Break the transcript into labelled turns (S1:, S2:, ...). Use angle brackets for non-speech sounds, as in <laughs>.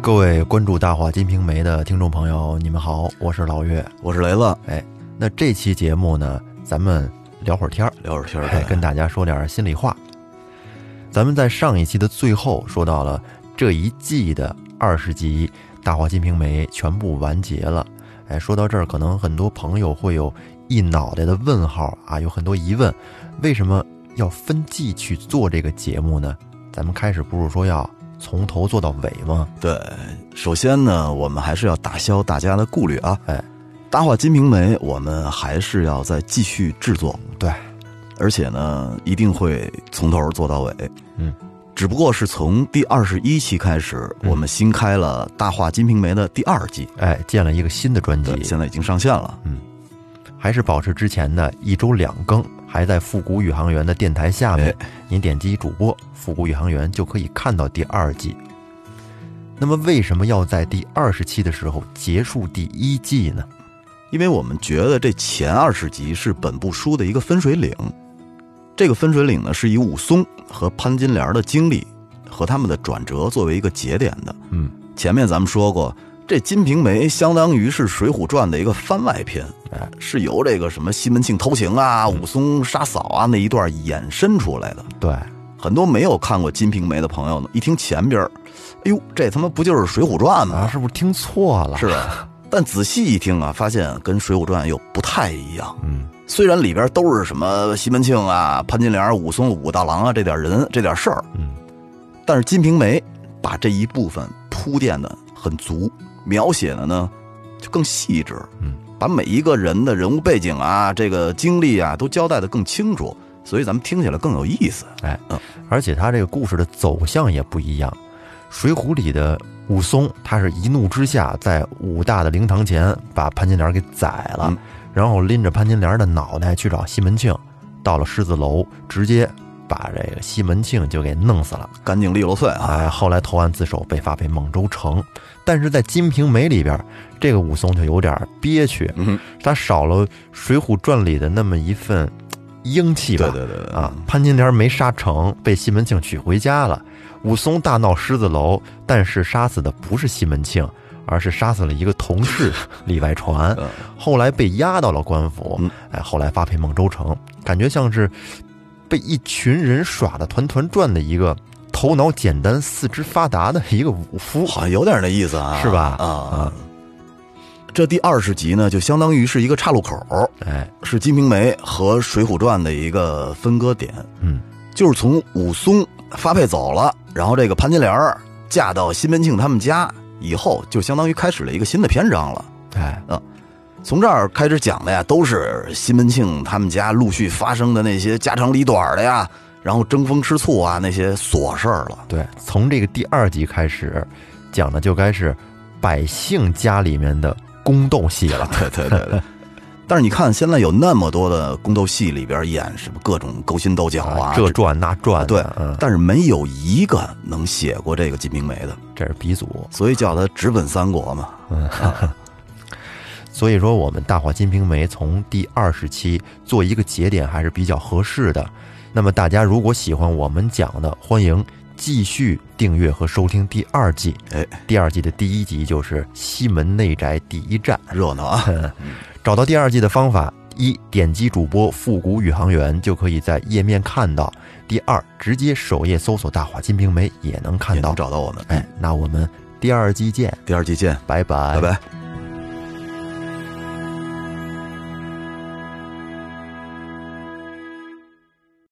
S1: 各位关注大话金瓶梅的听众朋友，你们好，我是老岳。
S2: 我是雷子，
S1: 那这期节目呢，咱们聊会儿天儿，
S2: 聊会儿天儿
S1: 哎，
S2: 呗，
S1: 跟大家说点儿心里话。咱们在上一期的最后说到了这一季的二十集《大话金瓶梅》全部完结了。哎，说到这儿，可能很多朋友会有一脑袋的问号啊，有很多疑问，为什么要分季去做这个节目呢？咱们开始不是说要从头做到尾吗？
S2: 对。首先呢，我们还是要打消大家的顾虑啊。
S1: 哎，
S2: 大话金瓶梅，我们还是要再继续制作，
S1: 对，
S2: 而且呢，一定会从头做到尾。
S1: 嗯，
S2: 只不过是从第二十一期开始，
S1: 嗯
S2: 我们新开了《大话金瓶梅》的第二季，
S1: 哎，建了一个新的专辑
S2: 对，，现在已经上线了。
S1: 还是保持之前的一周两更，还在复古宇航员的电台下面，您点击主播复古宇航员就可以看到第二季。那么为什么要在第二十期的时候结束第一季呢？
S2: 因为我们觉得这前二十集是本部书的一个分水岭。这个分水岭呢，是以武松和潘金莲的经历和他们的转折作为一个节点的。
S1: 嗯，
S2: 前面咱们说过，这《金瓶梅》相当于是《水浒传》的一个番外篇
S1: 哎，嗯
S2: 是由这个什么西门庆偷情啊、武松杀嫂啊那一段衍生出来的。
S1: 对，
S2: 很多没有看过《金瓶梅》的朋友呢，一听前边儿，哎呦，这他妈不就是《水浒传》吗
S1: 啊，？是不是听错了？
S2: 是，啊， <laughs> 但仔细一听啊，发现跟《水浒传》又不太一样。
S1: 嗯，
S2: 虽然里边都是什么西门庆啊、潘金莲、武松、武大郎啊这点人这点事儿，
S1: 嗯，
S2: 但是《金瓶梅》把这一部分铺垫的很足，描写的呢就更细致，
S1: 嗯，
S2: 把每一个人的人物背景啊、这个经历啊都交代的更清楚，所以咱们听起来更有意思。
S1: 而且他这个故事的走向也不一样，《水浒》里的武松，他是一怒之下在武大的灵堂前把潘金莲给宰了，
S2: 嗯
S1: 然后拎着潘金莲的脑袋去找西门庆，到了狮子楼，直接把这个西门庆就给弄死了。
S2: 干净利落脆啊，
S1: 哎，后来投案自首，被发配孟州城。但是在《金瓶梅》里边，这个武松就有点憋屈，
S2: 嗯，
S1: 他少了《水浒传》里的那么一份英气吧。
S2: 对对对对
S1: 啊，潘金莲没杀成，被西门庆娶回家了。武松大闹狮子楼，但是杀死的不是西门庆，而是杀死了一个同
S2: <laughs>
S1: 事李外传。
S2: 嗯
S1: 后来被押到了官府
S2: 嗯，
S1: 哎，后来发配孟州城，感觉像是被一群人耍的团团转的一个头脑简单、四肢发达的一个武夫。
S2: 好像有点那意思啊，
S1: 是吧
S2: 啊，这第二十集呢，就相当于是一个岔路口，
S1: 哎，
S2: 是《金瓶梅》和《水浒传》的一个分割点，
S1: 嗯，
S2: 就是从武松发配走了，然后这个潘金莲儿嫁到西门庆他们家以后，就相当于开始了一个新的篇章了。
S1: 哎，
S2: 从这儿开始讲的呀，都是西门庆他们家陆续发生的那些家长里短的呀，然后争风吃醋啊那些琐事儿了。
S1: 对，从这个第二集开始，讲的就该是百姓家里面的宫斗戏了。
S2: 对对对对。 <laughs> 但是你看，现在有那么多的宫斗戏里边演什么各种勾心斗角啊，
S1: 这转那转的，
S2: 对
S1: 嗯，
S2: 但是没有一个能写过这个《金瓶梅》的，
S1: 这是鼻祖。
S2: 所以叫它直奔三国嘛。
S1: 所以说，我们大话金瓶梅从第二十期做一个节点还是比较合适的。那么大家如果喜欢我们讲的，欢迎继续订阅和收听第二季。
S2: 哎，
S1: 第二季的第一集就是西门内宅第一站。<laughs>
S2: 热闹啊！
S1: 找到第二季的方法：一、点击主播复古宇航员就可以在页面看到；第二，直接首页搜索“大话金瓶梅”也能看
S2: 也
S1: 到。
S2: 能
S1: 哎
S2: 找到我们。
S1: 哎，那我们第二季见，
S2: 第二季见，
S1: 拜拜
S2: 拜拜。